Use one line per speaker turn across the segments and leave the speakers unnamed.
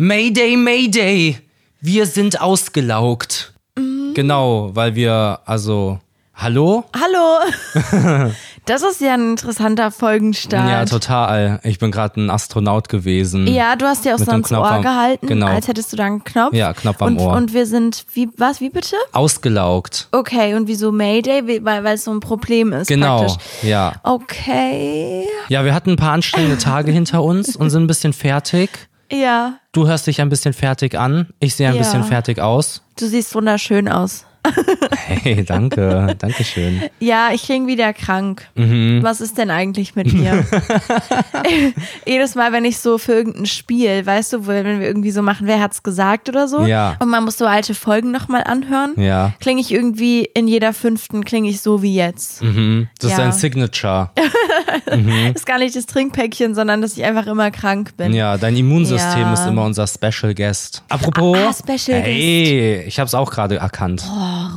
Mayday, Mayday, wir sind ausgelaugt.
Mhm.
Genau, weil wir, also, hallo?
Hallo. das ist ja ein interessanter Folgenstart.
Ja, total. Ich bin gerade ein Astronaut gewesen.
Ja, du hast dir auch
Mit
so
dem
ans
Knopf
Ohr
am-
gehalten,
genau.
als hättest du da einen Knopf.
Ja, Knopf am
und,
Ohr.
Und wir sind, wie, was, wie bitte?
Ausgelaugt.
Okay, und wieso Mayday? Wie- Weil, weil es so ein Problem ist
Genau,
praktisch.
ja.
Okay,
Ja, wir hatten ein paar anstrengende Tage hinter uns und sind ein bisschen fertig.
ja,
Du hörst dich ein bisschen fertig an. Ich sehe ein
Ja.
bisschen fertig aus.
du siehst wunderschön aus.
Hey, danke. Dankeschön.
Ja, ich klinge wieder krank.
Mhm.
Was ist denn eigentlich mit mir? Jedes Mal, wenn ich so für irgendein Spiel, weißt du, wenn wir irgendwie so machen, wer hat's gesagt oder so,
Ja.
und man muss so alte Folgen nochmal anhören,
Ja.
klinge ich irgendwie in jeder fünften, klinge ich so wie jetzt.
Mhm. Das ist
Ja.
dein Signature.
Ist gar nicht das Trinkpäckchen, sondern dass ich einfach immer krank bin.
Ja, dein Immunsystem
Ja.
ist immer unser Special Guest. Apropos.
Ah, ah, Special
hey, ich habe es auch gerade erkannt.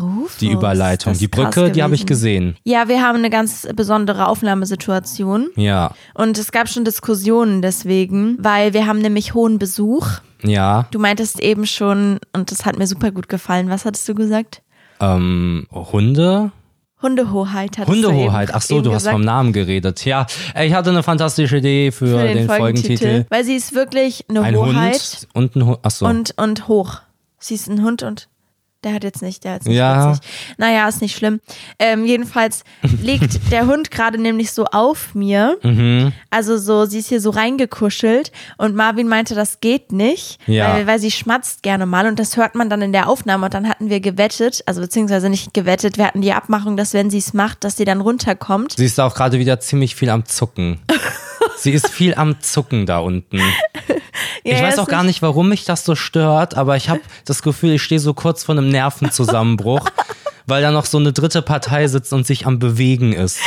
Rufus,
die Überleitung.
Oh, das
Die
ist krass
Brücke, die habe ich
gewesen.
gesehen.
Ja, wir haben eine ganz besondere Aufnahmesituation
Ja,
und es gab schon Diskussionen deswegen, weil wir haben nämlich hohen Besuch.
ja.
Du meintest eben schon, und das hat mir super gut gefallen, was hattest du gesagt?
Ähm, Hunde?
Hundehoheit hattest
Hundehoheit.
du eben,
Ach so,
eben
du hast
gesagt,
vom Namen geredet. Ja, ey, ich hatte eine fantastische Idee für,
für
den, Folgentitel.
Weil sie ist wirklich eine
Ein
Hoheit
Hund und ein Hund. Ach so.
und, und hoch. Sie ist ein Hund und der hat jetzt nicht, der hat jetzt nicht
Ja.
witzig. Naja, ist nicht schlimm. Ähm, jedenfalls liegt der Hund gerade nämlich so auf mir.
Mhm.
Also so, sie ist hier so reingekuschelt und Marvin meinte, das geht nicht,
Ja.
weil, weil sie schmatzt gerne mal und das hört man dann in der Aufnahme und dann hatten wir gewettet, also beziehungsweise nicht gewettet, wir hatten die Abmachung, dass wenn sie es macht, dass sie dann runterkommt.
Sie ist auch gerade wieder ziemlich viel am Zucken. Sie ist viel am Zucken da unten.
Ja,
ich
ja,
weiß
ist
auch gar
nicht-
nicht, warum mich das so stört, aber ich habe das Gefühl, ich stehe so kurz vor einem Nervenzusammenbruch, weil da noch so eine dritte Partei sitzt und sich am Bewegen ist.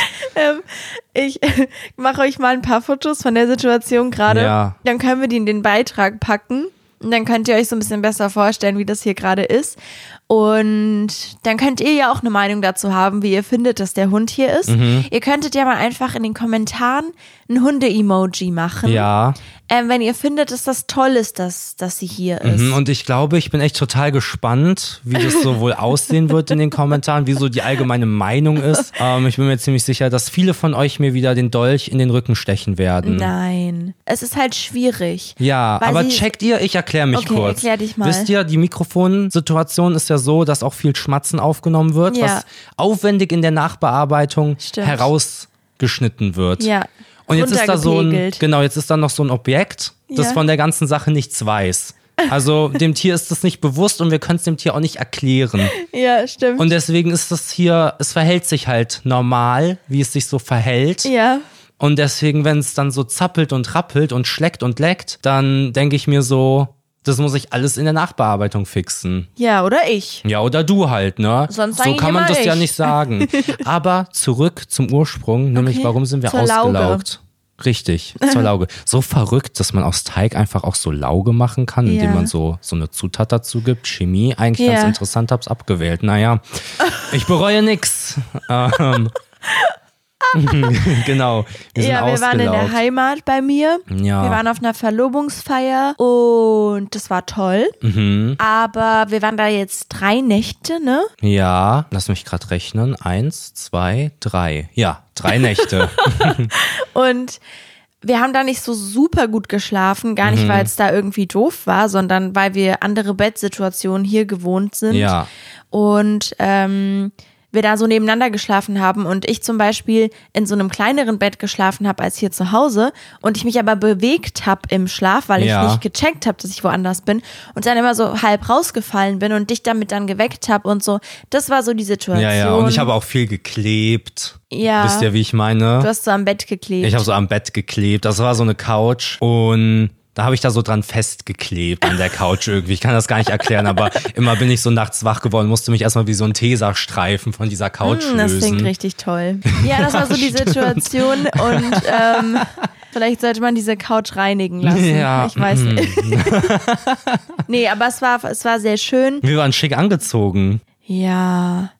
Ich mache euch mal ein paar Fotos von der Situation gerade.
Ja.
Dann können wir die in den Beitrag packen. Und dann könnt ihr euch so ein bisschen besser vorstellen, wie das hier gerade ist. Und dann könnt ihr ja auch eine Meinung dazu haben, wie ihr findet, dass der Hund hier ist.
Mhm.
Ihr könntet ja mal einfach in den Kommentaren ein Hunde-Emoji machen.
Ja.
Ähm, wenn ihr findet, dass das toll ist, dass, dass sie hier ist.
Mhm, Und ich glaube, ich bin echt total gespannt, wie das so wohl aussehen wird in den Kommentaren, wie so die allgemeine Meinung ist. Ähm, ich bin mir ziemlich sicher, dass viele von euch mir wieder den Dolch in den Rücken stechen werden.
Nein. Es ist halt schwierig.
Ja,
Weil
aber
sie-
checkt ihr, ich erkläre mich
Okay,
kurz.
erklär dich mal.
Wisst ihr, die Mikrofonsituation ist ja so, dass auch viel Schmatzen aufgenommen wird,
Ja.
was aufwendig in der Nachbearbeitung
Stimmt.
herausgeschnitten wird.
Ja.
Und jetzt ist da so ein,
Runtergepegelt.
genau, jetzt ist da noch so ein Objekt, das
Ja.
von der ganzen Sache nichts weiß. Also dem Tier ist das nicht bewusst und wir können es dem Tier auch nicht erklären.
Ja, stimmt.
Und deswegen ist das hier, es verhält sich halt normal, wie es sich so verhält.
ja.
Und deswegen, wenn es dann so zappelt und rappelt und schleckt und leckt, dann denke ich mir so, das muss ich alles in der Nachbearbeitung fixen.
Ja, oder ich.
Ja, oder du halt, ne?
Sonst
so
eigentlich
kann man
immer
das ja
ich.
nicht sagen. Aber zurück zum Ursprung, nämlich
Okay.
warum sind wir
Zur Lauge.
ausgelaugt? Richtig, zur Lauge. So verrückt, dass man aus Teig einfach auch so Lauge machen kann, indem
Ja.
man so, so eine Zutat dazu gibt. Chemie, eigentlich ganz
Ja.
interessant, hab's abgewählt. Naja, ich bereue nix. Ähm, genau, wir sind
ja, wir waren in der
ausgelaugt.
Heimat bei mir.
Ja.
Wir waren auf einer Verlobungsfeier und das war toll.
Mhm.
Aber wir waren da jetzt drei Nächte, ne?
ja, lass mich gerade rechnen. Eins, zwei, drei. Ja, drei Nächte.
Und wir haben da nicht so super gut geschlafen, gar
Mhm.
nicht, weil es da irgendwie doof war, sondern weil wir andere Bettsituationen hier gewohnt sind.
Ja.
Und ähm, wir da so nebeneinander geschlafen haben und ich zum Beispiel in so einem kleineren Bett geschlafen habe als hier zu Hause und ich mich aber bewegt habe im Schlaf, weil
Ja.
ich nicht gecheckt habe, dass ich woanders bin und dann immer so halb rausgefallen bin und dich damit dann geweckt habe und so. Das war so die Situation.
Ja, ja, und ich habe auch viel geklebt.
Ja.
Wisst ihr, wie ich meine?
Du hast so am Bett geklebt.
ich habe so am Bett geklebt. Das war so eine Couch und da habe ich da so dran festgeklebt an der Couch irgendwie. Ich kann das gar nicht erklären, aber immer bin ich so nachts wach geworden, musste mich erstmal wie so ein Tesastreifen von dieser Couch
Mm, Das klingt
lösen.
richtig toll. Ja, das war so die Situation und ähm, vielleicht sollte man diese Couch reinigen lassen.
Ja.
Ich weiß nicht. nee, aber es war, es war sehr schön.
Wir waren schick angezogen.
Ja.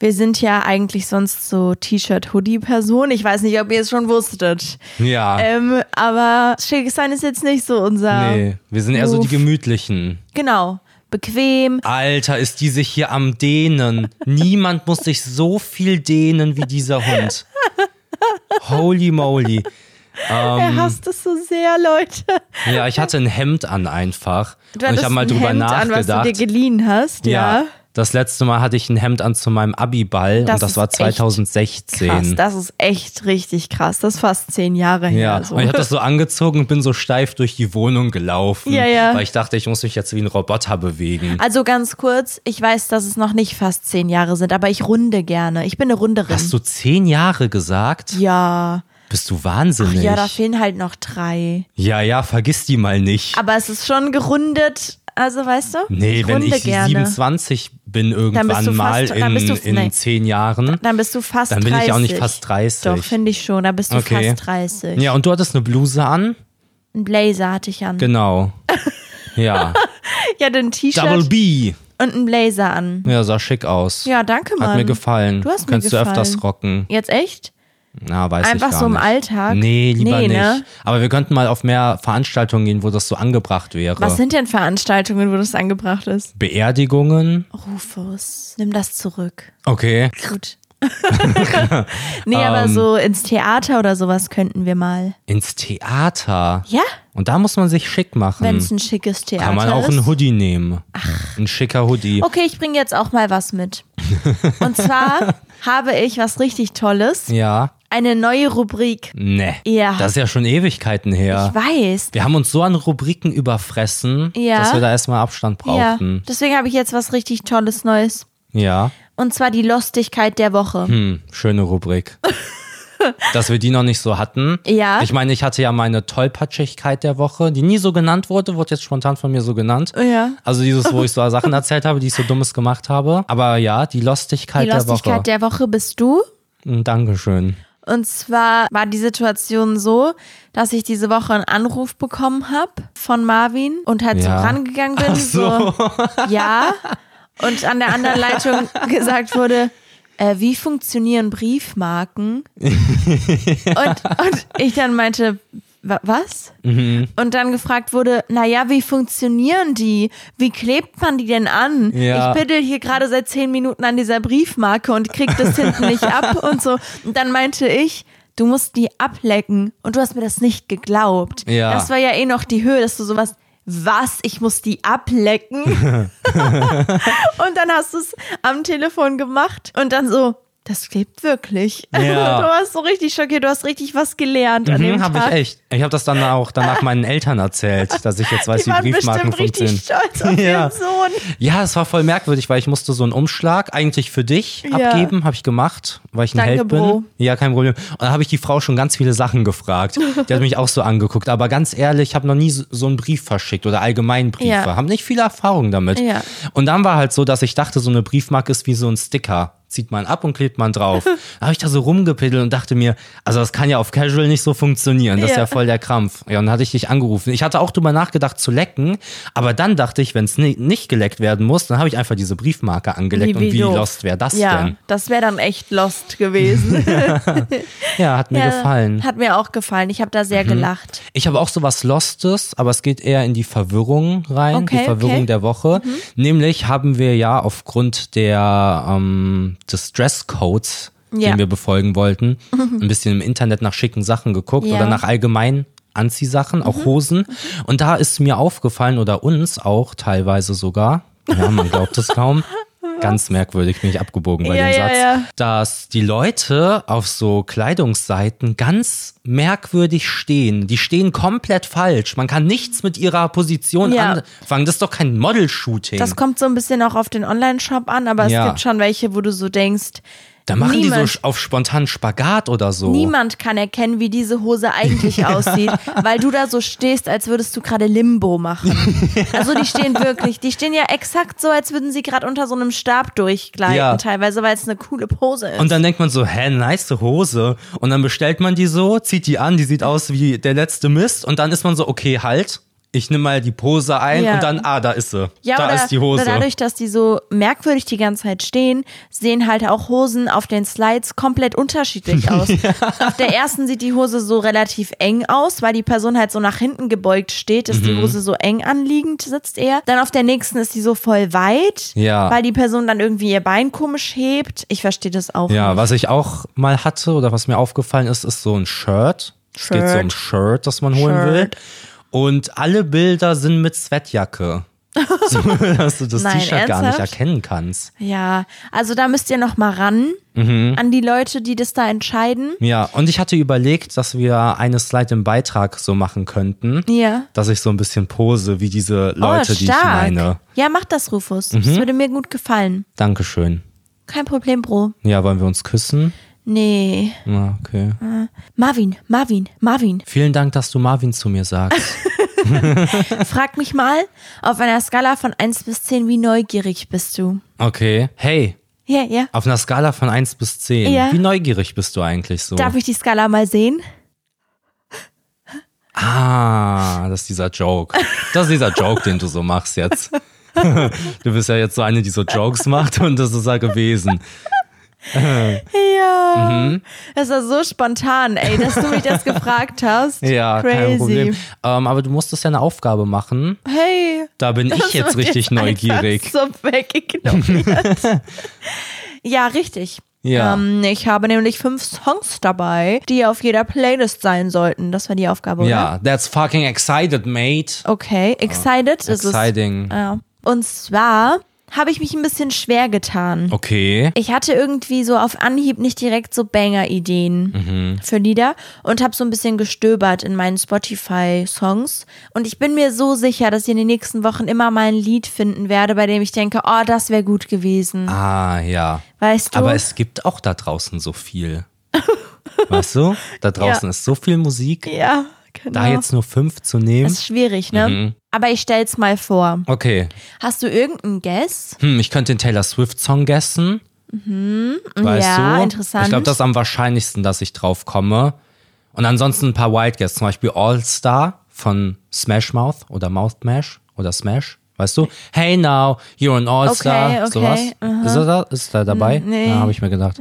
Wir sind ja eigentlich sonst so T-Shirt-Hoodie-Person. Ich weiß nicht, ob ihr es schon wusstet.
Ja.
Ähm, aber schick sein ist jetzt nicht so unser.
nee, wir sind eher so die
Uff.
gemütlichen.
Genau. Bequem.
Alter, ist die sich hier am dehnen. Niemand muss sich so viel dehnen wie dieser Hund. Holy moly. Ähm,
er hasst es so sehr, Leute.
Ja, ich hatte ein Hemd an einfach.
Du
und
hattest
ich habe mal
ein
drüber
Hemd an, was
nachgedacht.
du dir geliehen hast. Ja.
Das letzte Mal hatte ich ein Hemd an zu meinem Abiball
Das
und das
ist
war
echt
2016.
Krass, das ist echt richtig krass. Das ist fast zehn Jahre
ja,
her. So.
und ich habe das so angezogen und bin so steif durch die Wohnung gelaufen,
Ja, ja.
weil ich dachte, ich muss mich jetzt wie ein Roboter bewegen.
Also ganz kurz, ich weiß, dass es noch nicht fast zehn Jahre sind, aber ich runde gerne. Ich bin eine Runderin.
Hast du zehn Jahre gesagt?
ja.
Bist du wahnsinnig?
Ja, da fehlen halt noch drei.
ja, ja, vergiss die mal nicht.
Aber es ist schon gerundet, also weißt du?
nee, wenn
runde
ich 27 bin
bist du
irgendwann mal
fast- dann
in,
bist du-
in
nee.
zehn Jahren.
Dann bist du fast 30.
Dann bin ich auch nicht fast 30.
Doch, finde ich schon. Da bist du
Okay.
fast 30.
Ja, und du hattest eine Bluse an?
Ein Blazer hatte ich an.
Genau. Ja.
Ich hatte
Double
ein T-Shirt
B.
und einen Blazer an.
Ja, sah schick aus.
Ja, danke, Mann.
Hat mir gefallen.
Du hast mir
Kannst
gefallen.
du öfters rocken.
Jetzt echt?
Na, weiß
Einfach
ich gar
so im
nicht.
Alltag?
Nee, lieber
Nee,
nicht.
ne?
Aber wir könnten mal auf mehr Veranstaltungen gehen, wo das so angebracht wäre.
Was sind denn Veranstaltungen, wo das angebracht ist?
Beerdigungen?
Rufus, nimm das zurück.
Okay.
Gut. nee, aber
Ähm.
so ins Theater oder sowas könnten wir mal.
Ins Theater.
Ja,
Und da muss man sich schick machen.
wenn es ein schickes Theater
Hm. Kann man auch
ist. Oh.
einen Hoodie nehmen. Ach. Ein schicker Hoodie.
Okay, ich bringe jetzt auch mal was mit. Und zwar habe ich was richtig Tolles.
Ja.
Eine neue Rubrik.
Nee.
Ja.
Das ist ja schon Ewigkeiten her.
Ich weiß.
Wir haben uns so an Rubriken überfressen,
Ja.
dass wir da erstmal Abstand
Ja,
brauchten.
deswegen habe ich jetzt was richtig Tolles Neues.
Ja.
Und zwar die Lustigkeit der Woche.
Hm, schöne Rubrik. Dass wir die noch nicht so hatten.
Ja.
Ich meine, ich hatte ja meine Tollpatschigkeit der Woche, die nie so genannt wurde, wurde jetzt spontan von mir so genannt.
Ja.
Also dieses, wo ich so Sachen erzählt habe, die ich so Dummes gemacht habe. Aber ja, die Lustigkeit
die
der
Lustigkeit
Woche.
der Woche bist du.
Hm, Dankeschön.
Und zwar war die Situation so, dass ich diese Woche einen Anruf bekommen habe von Marvin und halt
Ja.
so rangegangen bin.
Ach so.
ja. Und an der anderen Leitung gesagt wurde, äh, wie funktionieren Briefmarken? und, und ich dann meinte, wa- was?
Mhm.
Und dann gefragt wurde, naja, wie funktionieren die? Wie klebt man die denn an?
Ja.
Ich biddel hier gerade seit zehn Minuten an dieser Briefmarke und krieg das hinten nicht ab und so. Und dann meinte ich, du musst die ablecken und du hast mir das nicht geglaubt.
Ja.
Das war ja eh noch die Höhe, dass du sowas, was, ich muss die ablecken? Und dann hast du es am Telefon gemacht und dann so, das klebt wirklich.
Ja.
Du warst so richtig schockiert, du hast richtig was gelernt an dem
Hm, habe
Tag.
ich echt. Ich habe das dann auch danach meinen Eltern erzählt, dass ich jetzt weiß,
Die
wie
waren
Briefmarken
bestimmt
funktionieren.
richtig stolz auf
Ja.
ihren Sohn.
Ja, es war voll merkwürdig, weil ich musste so einen Umschlag eigentlich für dich
Ja.
abgeben, habe ich gemacht, weil ich ein
Danke,
Held bin.
Bro.
Ja, kein Problem. Und da habe ich die Frau schon ganz viele Sachen gefragt. Die hat mich auch so angeguckt. Aber ganz ehrlich, ich habe noch nie so so einen Brief verschickt oder allgemein Briefe.
Ja.
Hab nicht viel Erfahrung damit.
Ja.
Und dann war halt so, dass ich dachte, so eine Briefmarke ist wie so ein Sticker. Zieht man ab und klebt man drauf. Da habe ich da so rumgepiddelt und dachte mir, also das kann ja auf Casual nicht so funktionieren. Das ist
Ja.
ja voll der Krampf. Ja, und dann hatte ich dich angerufen. Ich hatte auch drüber nachgedacht zu lecken, aber dann dachte ich, wenn es ni nicht geleckt werden muss, dann habe ich einfach diese Briefmarke angeleckt. und wie
doof.
lost wäre das
ja,
denn?
das wäre dann echt lost gewesen.
Ja, hat mir
Ja,
gefallen.
Äh,
Mhm.
Hat mir auch gefallen. Ich habe da sehr gelacht.
Ich habe auch sowas Lostes, aber es geht eher in die Verwirrung rein,
Okay,
die Verwirrung
okay. Mhm.
der Woche. Nämlich haben wir ja aufgrund der, ähm, des Dresscodes,
Ja. Mhm.
den wir befolgen wollten, ein bisschen im Internet nach schicken Sachen geguckt
Ja. Mhm.
oder nach allgemein Anziehsachen, auch Hosen. Und da ist mir aufgefallen oder uns auch teilweise sogar, ja, man glaubt es kaum. Ganz merkwürdig bin ich abgebogen bei
Ja,
dem
ja,
Satz
ja.
dass die Leute auf so Kleidungsseiten ganz merkwürdig stehen. Die stehen komplett falsch. Man kann nichts mit ihrer Position
Ja.
anfangen. Das ist doch kein Model-Shooting.
Das kommt so ein bisschen auch auf den Online-Shop an, aber es
Ja.
gibt schon welche, wo du so denkst,
Da machen
niemand,
die so auf spontan Spagat oder so.
niemand kann erkennen, wie diese Hose eigentlich aussieht, weil du da so stehst, als würdest du gerade Limbo machen. Also die stehen wirklich, die stehen ja exakt so, als würden sie gerade unter so einem Stab durchgleiten,
Ja.
teilweise, weil es eine coole Pose ist.
Und dann denkt man so, hä, nice Hose. Und dann bestellt man die so, zieht die an, die sieht aus wie der letzte Mist. Und dann ist man so, okay, halt. ich nehme mal die Pose ein
Ja.
und dann, ah, da ist sie.
Ja,
da
oder,
ist die Hose.
oder dadurch, dass die so merkwürdig die ganze Zeit stehen, sehen halt auch Hosen auf den Slides komplett unterschiedlich aus. Auf der ersten sieht die Hose so relativ eng aus, weil die Person halt so nach hinten gebeugt steht, ist
Mhm.
die Hose so eng anliegend sitzt eher. Dann auf der nächsten ist die so voll weit,
Ja.
weil die Person dann irgendwie ihr Bein komisch hebt. Ich verstehe das auch.
Ja,
nicht.
was ich auch mal hatte oder was mir aufgefallen ist, ist so ein Shirt. Es geht so um Shirt, das man holen will.
Shirt.
Und alle Bilder sind mit Sweatjacke. so, dass du das
Nein,
T-Shirt gar nicht
ernsthaft?
erkennen kannst.
Ja, also da müsst ihr noch mal ran
Mhm.
an die Leute, die das da entscheiden.
Ja, und ich hatte überlegt, dass wir eine Slide im Beitrag so machen könnten.
Ja.
Dass ich so ein bisschen pose, wie diese Leute,
oh,
die ich
stark.
meine. Mhm.
Ja, mach das, Rufus. Das würde mir gut gefallen.
Dankeschön.
Kein Problem, Bro.
Ja, wollen wir uns küssen?
Nee.
Ja, okay.
Marvin, Marvin, Marvin.
Vielen Dank, dass du Marvin zu mir sagst.
Frag mich mal auf einer Skala von 1 bis 10, wie neugierig bist du?
Okay. Hey,
Ja, ja.
auf einer Skala von 1 bis 10,
Ja.
wie neugierig bist du eigentlich so?
Darf ich die Skala mal sehen?
Ah, das ist dieser Joke. Das ist dieser Joke, den du so machst jetzt. Du bist ja jetzt so eine, die so Jokes macht und das ist ja gewesen.
Ja.
Mhm.
Das war so spontan, ey, dass du mich das gefragt hast.
Ja, kein Problem. Ähm, aber du musstest ja eine Aufgabe machen.
Hey.
Da bin ich jetzt richtig neugierig.
So wegignoriert. ja, richtig.
Ja.
Ähm, ich habe nämlich fünf Songs dabei, die auf jeder Playlist sein sollten. Das war die Aufgabe,
Ja, that's fucking excited, mate.
oder? Okay, excited ist es.
Exciting.
Ja. Und zwar habe ich mich ein bisschen schwer getan.
Oh. Okay.
Ich hatte irgendwie so auf Anhieb nicht direkt so
Mhm.
Banger-Ideen für Lieder und habe so ein bisschen gestöbert in meinen Spotify-Songs. Und ich bin mir so sicher, dass ich in den nächsten Wochen immer mal ein Lied finden werde, bei dem ich denke, oh, das wäre gut gewesen.
Ah, ja.
weißt du?
Aber es gibt auch da draußen so viel. Weißt du? Da draußen ist so viel Musik.
ja, genau.
Da jetzt Mhm. nur fünf zu nehmen.
ist schwierig, ne? Aber ich stell's mal vor.
Okay.
Hast du irgendeinen Guess?
Hm, ich könnte den Taylor Swift-Song guessen. Mhm. Weißt
ja,
du?
interessant.
Ich glaube, das ist am wahrscheinlichsten, dass ich drauf komme. Und ansonsten ein paar Wild Guests, zum Beispiel All Star von Smash Mouth oder Mouth Mash oder Smash. Weißt du? Hey now, you're an All-Star.
Okay, okay,
Sowas. Ist er da? Ist er dabei?
nee.
Ja, habe ich mir gedacht.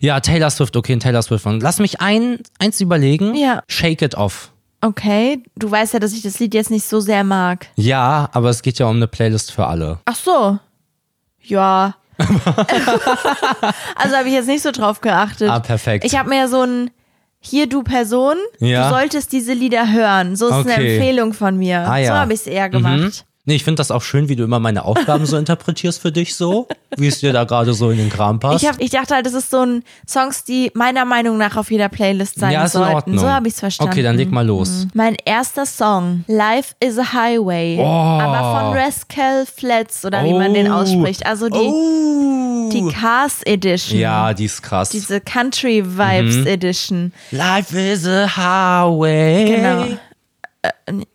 Ja, Taylor Swift, okay, ein Taylor Swift. Und lass mich ein, eins überlegen.
Ja.
Shake it off.
Okay, du weißt ja, dass ich das Lied jetzt nicht so sehr mag.
Ja, aber es geht ja um eine Playlist für alle.
Ach so. Ja. also habe ich jetzt nicht so drauf geachtet.
Ah, perfekt.
Ich habe mir so ein hier du Person,
Ja.
du solltest diese Lieder hören. So ist eine
Okay.
Empfehlung von mir.
Ah, ja.
So habe ich es eher gemacht.
Nee, ich finde das auch schön, wie du immer meine Aufgaben so interpretierst für dich so, wie es dir da gerade so in den Kram passt.
Ich, hab, ich dachte halt, das ist so ein Songs, die meiner Meinung nach auf jeder Playlist sein
ja, ist in
sollten.
Ordnung.
So habe ich es verstanden. Mhm.
Okay, dann leg mal los.
Mein erster Song, Life is a Highway, aber von Rascal Flats oder wie man den
Oh.
ausspricht. Also die,
Oh.
die Cars Edition.
ja, die ist krass.
Diese Country Vibes
Mhm.
Edition.
Life is a highway.
Genau.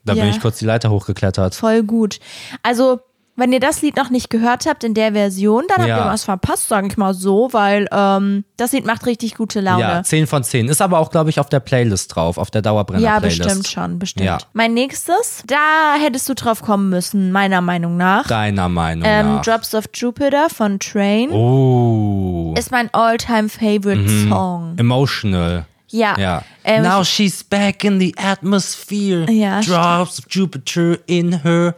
Da
ja.
bin ich kurz die Leiter hochgeklettert.
Voll gut. Also, wenn ihr das Lied noch nicht gehört habt in der Version, dann
Ja.
habt ihr was verpasst, sage ich mal so, weil ähm, das Lied macht richtig gute Laune.
Ja, 10 von 10. Ist aber auch, glaube ich, auf der Playlist drauf, auf der
Ja,
Dauerbrenner-Playlist.
bestimmt schon, bestimmt.
Ja.
Mein nächstes, da hättest du drauf kommen müssen, meiner Meinung nach.
Deiner Meinung
ähm,
nach.
Drops of Jupiter von Train
oh.
ist mein all-time favorite Song.
Emotional.
Ja.
Mhm. Ja.
Ähm,
Now she's back in the atmosphere.
Ja,
Drops of Jupiter in her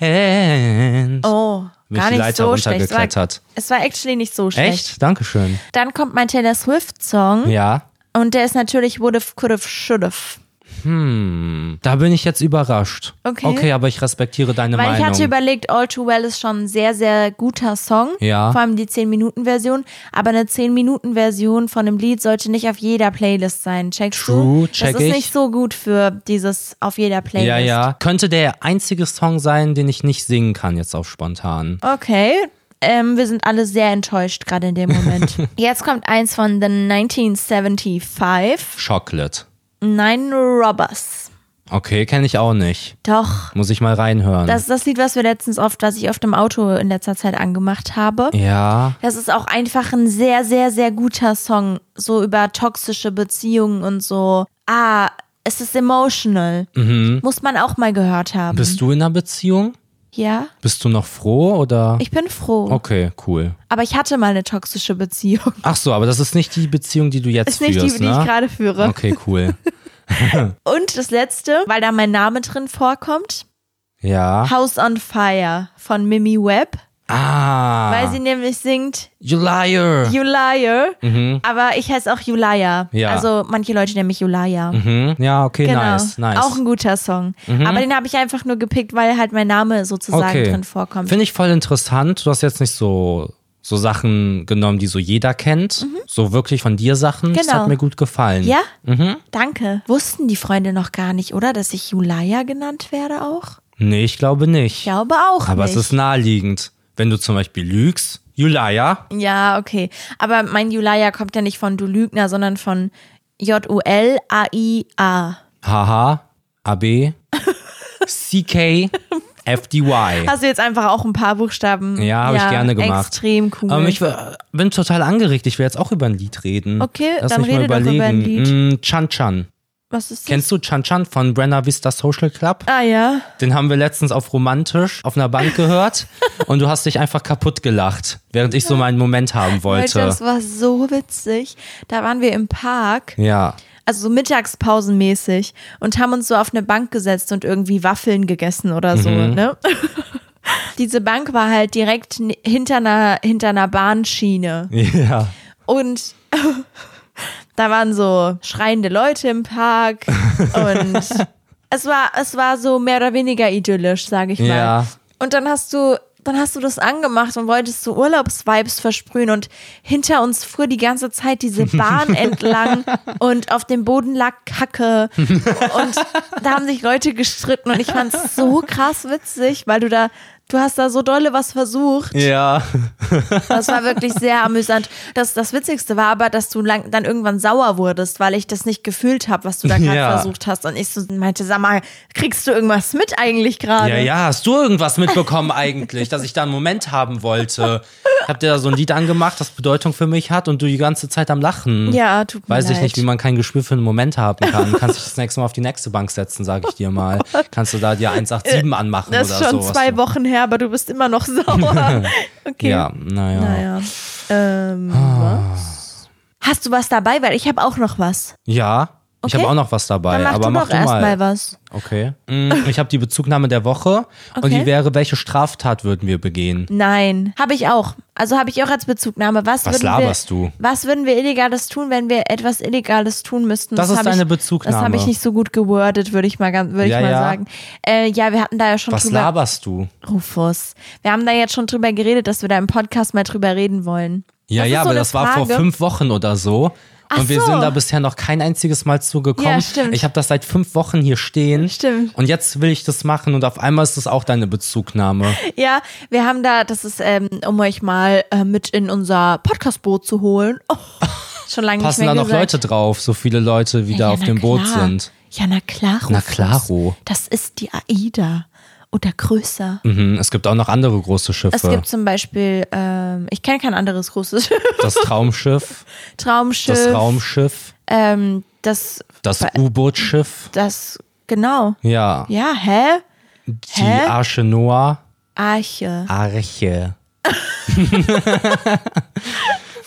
hand.
oh,
Mich
gar
die
nicht
Leiter
so schlecht. Es war,
runtergeklettert.
es war actually nicht so schlecht.
Echt? Dankeschön.
Dann kommt mein Taylor Swift Song
Ja.
und der ist natürlich Would've, Could've, Should've.
Da bin ich jetzt überrascht.
Okay.
Okay, aber ich respektiere deine
Weil ich
Meinung.
hatte überlegt, All Too Well ist schon ein sehr, sehr guter Song.
Ja.
Vor allem die 10-Minuten-Version. Aber eine 10-Minuten-Version von einem Lied sollte nicht auf jeder Playlist sein. Checkst du?
True, check
Das ist
ich.
nicht so gut für dieses auf jeder Playlist.
ja, ja. Könnte der einzige Song sein, den ich nicht singen kann, jetzt auf spontan.
Okay. Ähm, wir sind alle sehr enttäuscht gerade in dem Moment. Jetzt kommt eins von The 1975.
Chocolate.
Nine Robbers.
Okay, kenne ich auch nicht.
Doch.
Muss ich mal reinhören.
Das ist das Lied, was wir letztens oft, was ich oft im Auto in letzter Zeit angemacht habe.
ja.
Das ist auch einfach ein sehr, sehr, sehr guter Song. So über toxische Beziehungen und so. Ah, es ist emotional.
Mhm.
Muss man auch mal gehört haben.
Bist du in einer Beziehung?
ja,
Bist du noch froh oder?
ich bin froh.
Okay, cool.
Aber ich hatte mal eine toxische Beziehung.
Ach so, aber das ist nicht die Beziehung, die du jetzt
Ist nicht die,
führst,
die
ne?
ich gerade führe.
Okay, cool.
Und das letzte, weil da mein Name drin vorkommt:
Ja.
House on Fire von Mimi Webb,
Ah.
weil sie nämlich singt
you liar.
You Liar, aber ich heiße auch Julia.
Mhm. Ja.
Also manche Leute nennen mich Julia.
mhm. Ja, okay,
Genau.
nice, nice. Mhm.
Auch ein guter Song. Aber den habe ich einfach nur gepickt, weil halt mein Name sozusagen
okay.
drin vorkommt.
Finde ich voll interessant. Du hast jetzt nicht so, so Sachen genommen, die so jeder kennt. So wirklich von dir Sachen. Das
Mhm. Genau.
hat mir gut gefallen.
ja?
Mhm.
Danke. Wussten die Freunde noch gar nicht, oder? Dass ich Julia genannt werde auch?
Nee, ich glaube nicht.
Ich glaube auch
aber
nicht.
es ist naheliegend. Wenn du zum Beispiel lügst, you liar.
ja, okay. Aber mein Julia kommt ja nicht von Du Lügner, sondern von J-U-L-A-I-A.
Haha. AB. CK. FDY.
Hast du jetzt einfach auch ein paar Buchstaben?
Ja, habe ich gerne gemacht.
Extrem cool.
Aber ich war- bin total angeregt. Ich will jetzt auch über ein Lied reden.
Okay,
Lass
dann
mich mal
rede doch über
überlegen.
ein
Mm, Chan Chan.
Was ist das?
Kennst du Chan Chan von Brenner Vista Social Club?
Ah ja.
Den haben wir letztens auf Romantisch auf einer Bank gehört und du hast dich einfach kaputt gelacht, während ich so meinen Moment haben
Leute,
wollte.
das war so witzig. Da waren wir im Park,
Ja.
also so mittagspausenmäßig und haben uns so auf eine Bank gesetzt und irgendwie Waffeln gegessen oder so, ne? Diese Bank war halt direkt n- hinter einer, hinter einer Bahnschiene.
Ja.
Und da waren so schreiende Leute im Park und es war, es war so mehr oder weniger idyllisch, sage ich mal.
Ja.
Und dann hast du, dann hast du das angemacht und wolltest so Urlaubsvibes versprühen und hinter uns fuhr die ganze Zeit diese Bahn entlang und auf dem Boden lag Kacke und da haben sich Leute gestritten und ich fand es so krass witzig, weil du da, du hast da so dolle was versucht.
Ja.
Das war wirklich sehr amüsant. Das, das Witzigste war aber, dass du lang, dann irgendwann sauer wurdest, weil ich das nicht gefühlt habe, was du da gerade
Ja.
versucht hast. Und ich so meinte, sag mal, kriegst du irgendwas mit eigentlich gerade?
Ja, ja, hast du irgendwas mitbekommen eigentlich, dass ich da einen Moment haben wollte? Ich hab dir da so ein Lied angemacht, das Bedeutung für mich hat und du die ganze Zeit am Lachen.
Ja, tut mir
Weiß ich
leid.
nicht, wie man kein Gespür für einen Moment haben kann. Kannst dich das nächste Mal auf die nächste Bank setzen, sag ich dir mal. Kannst du da dir 187 anmachen
Äh, Das ist
oder
schon
so. was
zwei
du-
Wochen her, aber du bist immer noch sauer. Okay.
Ja, Ah. naja.
Naja. Ähm, was? Hast du was dabei? Weil ich habe auch noch was.
Ja, ich
Okay.
habe auch noch was dabei,
Dann mach
aber
du
mach
doch
du mal.
erstmal was.
Okay. Mm, Ich habe die Bezugnahme der Woche und
Okay.
die wäre, welche Straftat würden wir begehen?
Nein, habe ich auch. Also habe ich auch als Bezugnahme. Was,
Was
würden
laberst
wir,
du?
Was würden wir Illegales tun, wenn wir etwas Illegales tun müssten?
Das ist
hab
deine
ich,
Bezugnahme.
Das habe ich nicht so gut gewordet, würde ich mal, gan- würde
Ja,
ich mal
ja.
sagen. Äh, ja, wir hatten da ja schon
Was
drüber.
laberst du?
Rufus, wir haben da jetzt schon drüber geredet, dass wir da im Podcast mal drüber reden wollen.
Ja,
das
ja,
ist so
aber
eine
das war vor
Frage.
fünf Wochen oder so.
Ach
und wir
so.
sind da bisher noch kein einziges Mal zugekommen.
Ja, stimmt.
Ich habe das seit fünf Wochen hier stehen.
Stimmt.
Und jetzt will ich das machen und auf einmal ist das auch deine Bezugnahme.
Ja, wir haben da, das ist, ähm, um euch mal äh, mit in unser Podcastboot zu holen. Oh, schon lange
Passen
nicht
da
mehr
noch
gesagt.
Leute drauf, so viele Leute, wie da auf
na
dem Boot
klar.
sind.
Ja, na klar.
Na
Rufus.
klaro.
Das ist die AIDA oder größer.
Mhm. Es gibt auch noch andere große Schiffe.
Es gibt zum Beispiel, ähm, ich kenne kein anderes großes
das Traumschiff,
Traumschiff.
das Raumschiff,
ähm, das,
das U-Boot-Schiff.
das, genau.
Ja,
Ja, hä?
die
Hä?
Arche Noah.
Arche.
Arche.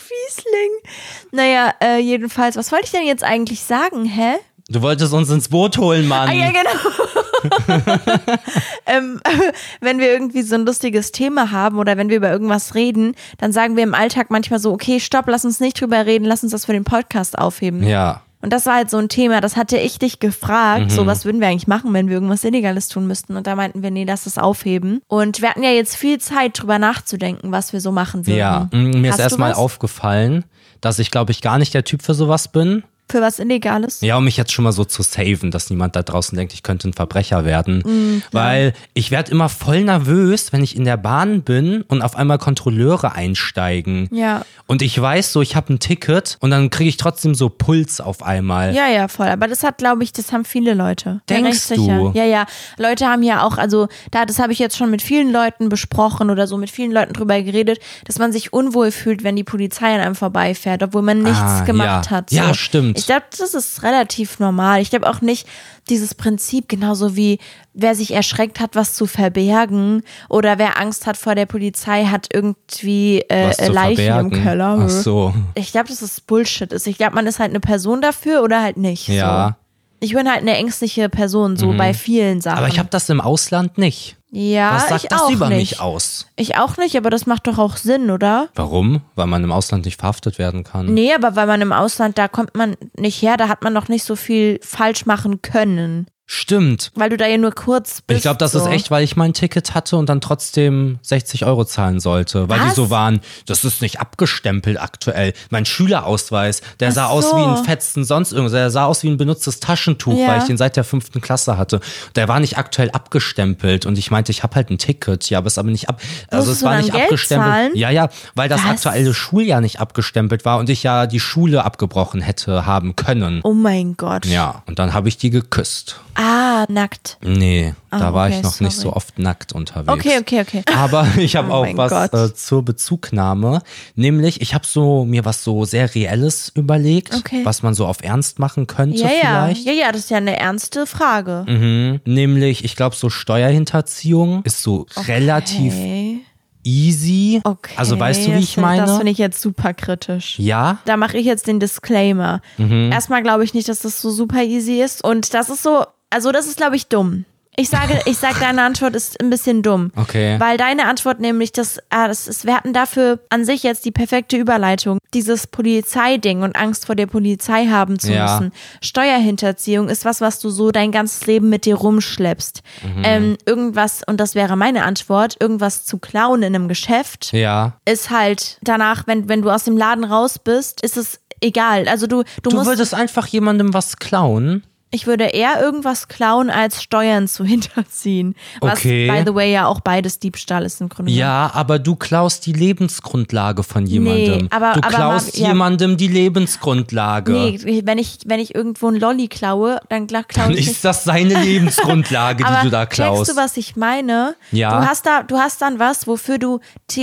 Riesling. Naja, äh, jedenfalls, was wollte ich denn jetzt eigentlich sagen, hä?
Du wolltest uns ins Boot holen, Mann.
Ah, ja, genau. ähm, wenn wir irgendwie so ein lustiges Thema haben oder wenn wir über irgendwas reden, dann sagen wir im Alltag manchmal so, okay, stopp, lass uns nicht drüber reden, lass uns das für den Podcast aufheben.
ja.
Und das war halt so ein Thema, das hatte ich dich gefragt,
Mhm.
so was würden wir eigentlich machen, wenn wir irgendwas Illegales tun müssten. Und da meinten wir, nee, lass das aufheben. Und wir hatten ja jetzt viel Zeit, drüber nachzudenken, was wir so machen würden.
Ja, Mm, mir
Mhm. Hast
ist
du
erstmal
was
aufgefallen, dass ich, glaube ich, gar nicht der Typ für sowas bin.
Für was Illegales?
Ja, um mich jetzt schon mal so zu saven, dass niemand da draußen denkt, ich könnte ein Verbrecher werden.
Mhm.
Weil ich werde immer voll nervös, wenn ich in der Bahn bin und auf einmal Kontrolleure einsteigen.
Ja.
Und ich weiß so, ich habe ein Ticket und dann kriege ich trotzdem so Puls auf einmal.
Ja, ja, voll. Aber das hat, glaube ich, das haben viele Leute. Bin
Denkst
recht sicher.
du?
Ja, ja. Leute haben ja auch, also da, das habe ich jetzt schon mit vielen Leuten besprochen oder so, mit vielen Leuten drüber geredet, dass man sich unwohl fühlt, wenn die Polizei an einem vorbeifährt, obwohl man nichts
Ah,
gemacht
ja.
hat. So.
Ja, stimmt.
Ich
Hund.
glaube, das ist relativ normal. Ich glaube auch nicht dieses Prinzip, genauso wie wer sich erschreckt hat, was zu verbergen oder wer Angst hat vor der Polizei, hat irgendwie äh,
Was zu
Leichen im
verbergen.
Keller. hm.
Ach so.
Ich glaube, dass es Bullshit ist. Ich glaube, man ist halt eine Person dafür oder halt nicht.
Ja. Mhm.
So. Ich bin halt eine ängstliche Person, so bei vielen Sachen.
Aber ich habe das im Ausland nicht.
ja,
Was sagt
Ah, ich
das
auch
über
nicht.
mich aus?
Ich auch nicht, aber das macht doch auch Sinn, oder?
Warum? Weil man im Ausland nicht verhaftet werden kann.
Nee, aber weil man im Ausland, da kommt man nicht her, da hat man noch nicht so viel falsch machen können.
Stimmt.
Weil du da ja nur kurz bist.
Ich glaube, das
so.
ist echt, weil ich mein Ticket hatte und dann trotzdem 60 Euro zahlen sollte. Weil die
Was?
so waren, das ist nicht abgestempelt aktuell. Mein Schülerausweis, der sah aus
so.
wie ein fetzen sonst irgendwas. Der sah aus wie ein benutztes Taschentuch,
Ja.
weil ich den seit der fünften Klasse hatte. Der war nicht aktuell abgestempelt und ich meinte, ich habe halt ein Ticket. Ja, aber es ist aber nicht ab. Also
Musstest
es
du
war
dann
nicht
Geld
abgestempelt.
zahlen?
Ja, ja, weil das
Was?
aktuelle Schuljahr nicht abgestempelt war und ich ja die Schule abgebrochen hätte haben können.
Oh mein Gott.
Ja, und dann habe ich die geküsst.
Ah, nackt.
Nee, da
Ah,
war ich
okay,
noch nicht
sorry.
so oft nackt unterwegs.
Okay, okay, okay.
Aber ich habe
Oh
auch
mein
was
Gott.
äh, zur Bezugnahme, nämlich ich habe so mir was so sehr reelles überlegt,
Okay.
was man so auf ernst machen könnte
Ja, ja,
vielleicht.
ja, ja, das ist ja eine ernste Frage.
Mhm. Nämlich, ich glaube, so Steuerhinterziehung ist so relativ
Okay.
easy.
okay.
Also weißt du, wie ich
das- Das
meine?
finde ich jetzt super kritisch.
ja.
Da mache ich jetzt den Disclaimer.
Mhm.
Erstmal glaube ich nicht, dass das so super easy ist. Und das ist so, also das ist, glaube ich, dumm. Ich sage, ich sage, deine Antwort ist ein bisschen dumm.
Okay.
Weil deine Antwort nämlich, das, ah, das ist, wir hatten dafür an sich jetzt die perfekte Überleitung. Dieses Polizeiding und Angst vor der Polizei haben zu
Ja.
müssen. Steuerhinterziehung ist was, was du so dein ganzes Leben mit dir rumschleppst.
Mhm.
Ähm, irgendwas, und das wäre meine Antwort, irgendwas zu klauen in einem Geschäft
ja.
ist halt danach, wenn, wenn du aus dem Laden raus bist, ist es egal. Also du, du,
Du
musst,
würdest einfach jemandem was klauen.
ich würde eher irgendwas klauen, als Steuern zu hinterziehen. Was,
Okay.
by the way, ja auch beides Diebstahl ist im Grunde.
Ja, aber du klaust die Lebensgrundlage von jemandem.
aber-
du
aber
klaust
Marv- ja.
jemandem die Lebensgrundlage.
genommen. Nee, wenn ich, wenn ich irgendwo einen Lolli klaue, dann kla- klaue
Dann
ich
ist das seine Lebensgrundlage,
Aber
die du da
checkst
klaust.
du, was ich meine?
Ja.
Du hast, da, du hast dann was, wofür du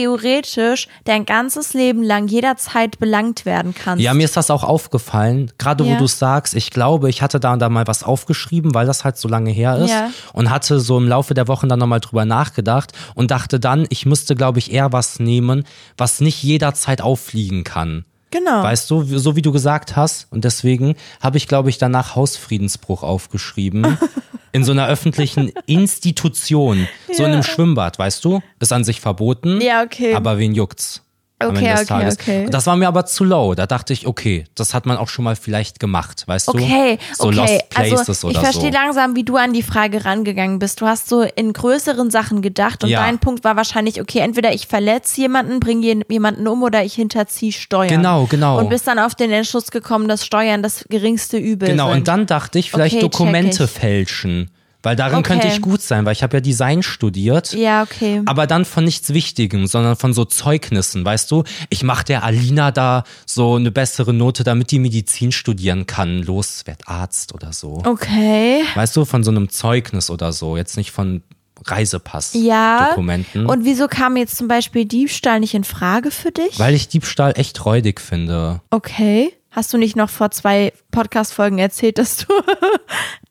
theoretisch dein ganzes Leben lang jederzeit belangt werden kannst.
ja, mir ist das auch aufgefallen, gerade wo
Ja.
du es sagst. Ich glaube, ich hatte da und da mal was aufgeschrieben, weil das halt so lange her ist
Ja.
und hatte so im Laufe der Wochen dann nochmal drüber nachgedacht und dachte dann, ich müsste, glaube ich, eher was nehmen, was nicht jederzeit auffliegen kann.
genau.
Weißt du, wie- so wie du gesagt hast. Und deswegen habe ich, glaube ich, danach Hausfriedensbruch aufgeschrieben. In so einer öffentlichen Institution. So in einem Schwimmbad, weißt du? Ist an sich verboten.
Ja, okay.
Aber wen juckt's? Am
Okay,
Ende des
okay,
Tages.
okay.
Und Das war mir aber zu low. Da dachte ich, okay, das hat man auch schon mal vielleicht gemacht, weißt
Okay,
du? So
okay.
Lost Places
also,
oder
ich verstehe
so.
langsam, wie du an die Frage rangegangen bist. Du hast so in größeren Sachen gedacht und
Ja.
dein Punkt war wahrscheinlich, okay, entweder ich verletze jemanden, bringe jemanden um oder ich hinterziehe Steuern.
Genau, genau.
Und bist dann auf den Entschluss gekommen, dass Steuern das geringste Übel
Genau,
sind.
und dann dachte ich, vielleicht
Okay, check
Dokumente
ich.
fälschen. Weil darin
Okay.
könnte ich gut sein, weil ich habe ja Design studiert.
Ja, okay.
aber dann von nichts Wichtigem, sondern von so Zeugnissen, weißt du? Ich mache der Alina da so eine bessere Note, damit die Medizin studieren kann. Los, werd Arzt oder so.
Okay.
Weißt du, von so einem Zeugnis oder so, jetzt nicht von Reisepass.
Ja.
Dokumenten.
Und wieso kam jetzt zum Beispiel Diebstahl nicht in Frage für dich?
weil ich Diebstahl echt räudig finde.
Okay. Hast du nicht noch vor zwei Podcast-Folgen erzählt, dass du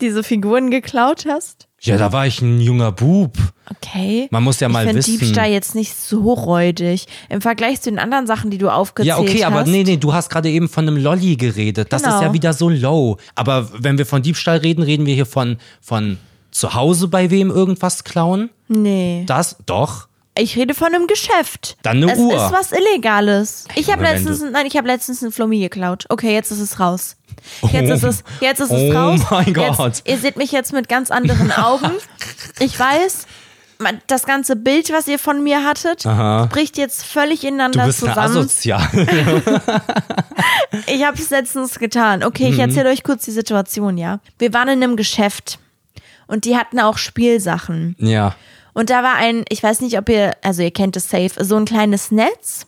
diese Figuren geklaut hast?
Ja, da war ich ein junger Bub.
Okay.
Man muss ja mal
ich find
wissen.
Diebstahl jetzt nicht so räudig. Im Vergleich zu den anderen Sachen, die du aufgezählt
ja,
hast.
okay, aber nee, nee, du hast gerade eben von einem Lolli geredet. Das ist
Genau.
ja wieder so low. Aber wenn wir von Diebstahl reden, reden wir hier von, von zu Hause bei wem irgendwas klauen.
Nee.
Das, doch.
Ich rede von einem Geschäft.
Dann eine
es
Uhr.
ist was Illegales. Ich habe
Junge, wenn
letztens,
du-
nein, ich habe letztens einen Flummi geklaut. Okay, jetzt ist es raus. Jetzt
Oh.
ist es, jetzt ist
Oh
es raus.
mein
jetzt,
Gott.
Ihr seht mich jetzt mit ganz anderen Augen. Ich weiß, man- das ganze Bild, was ihr von mir hattet, bricht jetzt völlig ineinander
Du bist eine
zusammen.
asozial.
Ich habe es letztens getan. Okay, ich erzähle euch kurz die Situation, ja. Wir waren in einem Geschäft und die hatten auch Spielsachen.
Ja.
Und da war ein, ich weiß nicht, ob ihr, also ihr kennt es safe, so ein kleines Netz,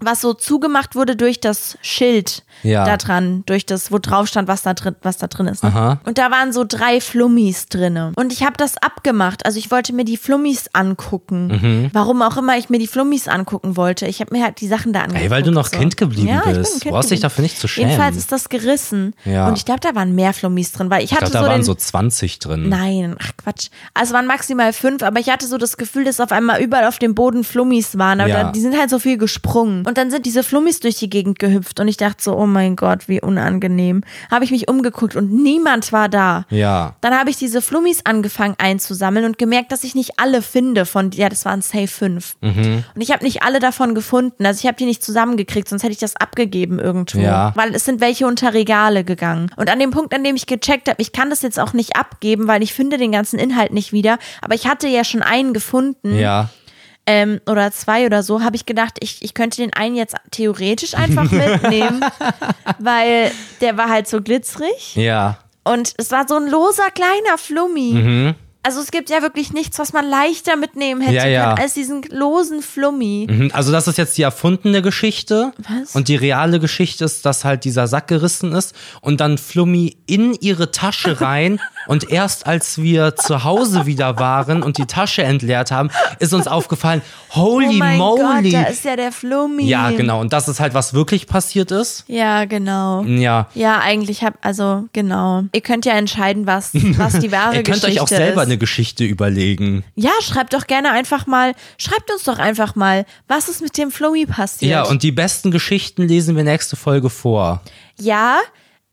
was so zugemacht wurde durch das Schild
Mhm. Ja.
da dran, durch das, wo drauf stand, was da drin, was da drin ist. ne?
Aha.
Und da waren so drei Flummis drinne. Und ich habe das abgemacht. Also ich wollte mir die Flummis angucken.
Mhm.
Warum auch immer ich mir die Flummis angucken wollte. Ich habe mir halt die Sachen da angeguckt.
Ey, weil du noch
so.
Kind geblieben
ja, Ich bin ein
bist.
kind
Du brauchst dich
geblieben.
dafür nicht zu schämen.
Jedenfalls ist das gerissen.
Ja.
Und ich glaube, da waren mehr Flummis drin, weil ich
ich glaube,
hatte
da
so
waren
den,
so 20 drin.
Nein, ach Quatsch. Also waren maximal fünf, aber ich hatte so das Gefühl, dass auf einmal überall auf dem Boden Flummis waren. Aber
Ja.
dann, die sind halt so viel gesprungen. Und dann sind diese Flummis durch die Gegend gehüpft und ich dachte so, oh mein Gott, wie unangenehm. Habe ich mich umgeguckt und niemand war da.
Ja.
Dann habe ich diese Flummis angefangen einzusammeln und gemerkt, dass ich nicht alle finde von, ja, das waren safe fünf.
Mhm.
Und ich habe nicht alle davon gefunden. Also ich habe die nicht zusammengekriegt, sonst hätte ich das abgegeben irgendwo.
Ja.
Weil es sind welche unter Regale gegangen. Und an dem Punkt, an dem ich gecheckt habe, ich kann das jetzt auch nicht abgeben, weil ich finde den ganzen Inhalt nicht wieder. Aber ich hatte ja schon einen gefunden
Ja.
ähm, oder zwei oder so, habe ich gedacht, ich, ich könnte den einen jetzt theoretisch einfach mitnehmen, weil der war halt so glitzerig.
Ja.
Und es war so ein loser kleiner Flummi. Also es gibt ja wirklich nichts, was man leichter mitnehmen hätte
Mhm. Ja, ja.
können als diesen losen Flummi.
Mhm, Also das ist jetzt die erfundene Geschichte.
Was?
Und die reale Geschichte ist, dass halt dieser Sack gerissen ist und dann Flummi in ihre Tasche rein. und erst als wir zu Hause wieder waren und die Tasche entleert haben, ist uns aufgefallen, holy
oh mein
moly.
Gott, da ist ja der Flummi.
ja, genau. Und das ist halt, was wirklich passiert ist.
Ja, genau.
Ja.
Ja, eigentlich hab, also genau. Ihr könnt ja entscheiden, was, was die wahre
Ihr könnt
Geschichte
euch auch selber
ist.
eine Geschichte überlegen.
Ja, schreibt doch gerne einfach mal, schreibt uns doch einfach mal, was ist mit dem Flummi passiert.
Ja, und die besten Geschichten lesen wir nächste Folge vor.
Ja,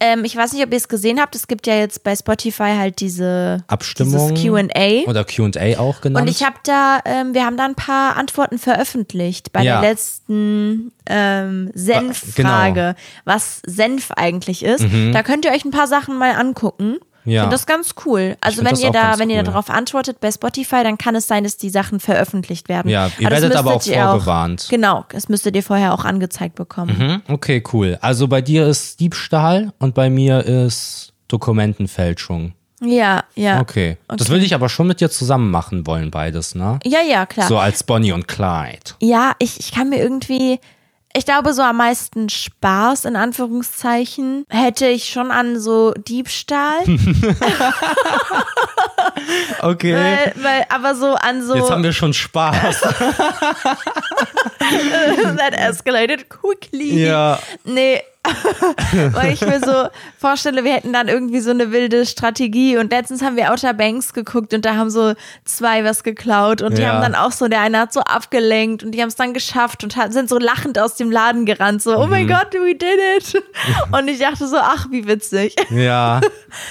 ähm, ich weiß nicht, ob ihr es gesehen habt, es gibt ja jetzt bei Spotify halt diese
Abstimmung.
dieses Q&A.
Oder QA auch genannt.
Und ich habe da, ähm, wir haben da ein paar Antworten veröffentlicht bei
Ja. genau.
der letzten ähm, Senffrage, was Senf eigentlich ist. Da könnt ihr euch ein paar Sachen mal angucken.
Mhm. Ja.
Ich finde das ganz cool. Also
find
wenn
das
ihr
auch
da,
ganz
wenn ihr
cool.
darauf antwortet bei Spotify, dann kann es sein, dass die Sachen veröffentlicht werden. Also
Ja, ihr
das
werdet aber
müsstet
auch
ihr
vorgewarnt.
genau, das müsstet ihr vorher auch angezeigt bekommen.
Hm, Okay, cool. Also bei dir ist Diebstahl und bei mir ist Dokumentenfälschung.
Ja, ja.
Mhm. Okay. Das würde ich aber schon mit dir zusammen machen wollen, beides, ne?
Ja, ja, klar.
So als Bonnie und Clyde.
Ja, ich, ich kann mir irgendwie, ich glaube, so am meisten Spaß, in Anführungszeichen, hätte ich schon an so Diebstahl.
Okay.
weil, weil, aber so an Äh, so.
Jetzt haben wir schon Spaß.
that escalated quickly.
Ja.
Nee. Weil ich mir so vorstelle, wir hätten dann irgendwie so eine wilde Strategie. Und letztens haben wir Outer Banks geguckt und da haben so zwei was geklaut und die
Ja.
haben dann auch so, der eine hat so abgelenkt und die haben es dann geschafft und hat, sind so lachend aus dem Laden gerannt, so, oh
Mhm.
mein Gott, we did it. Und ich dachte so, ach, wie witzig.
Ja.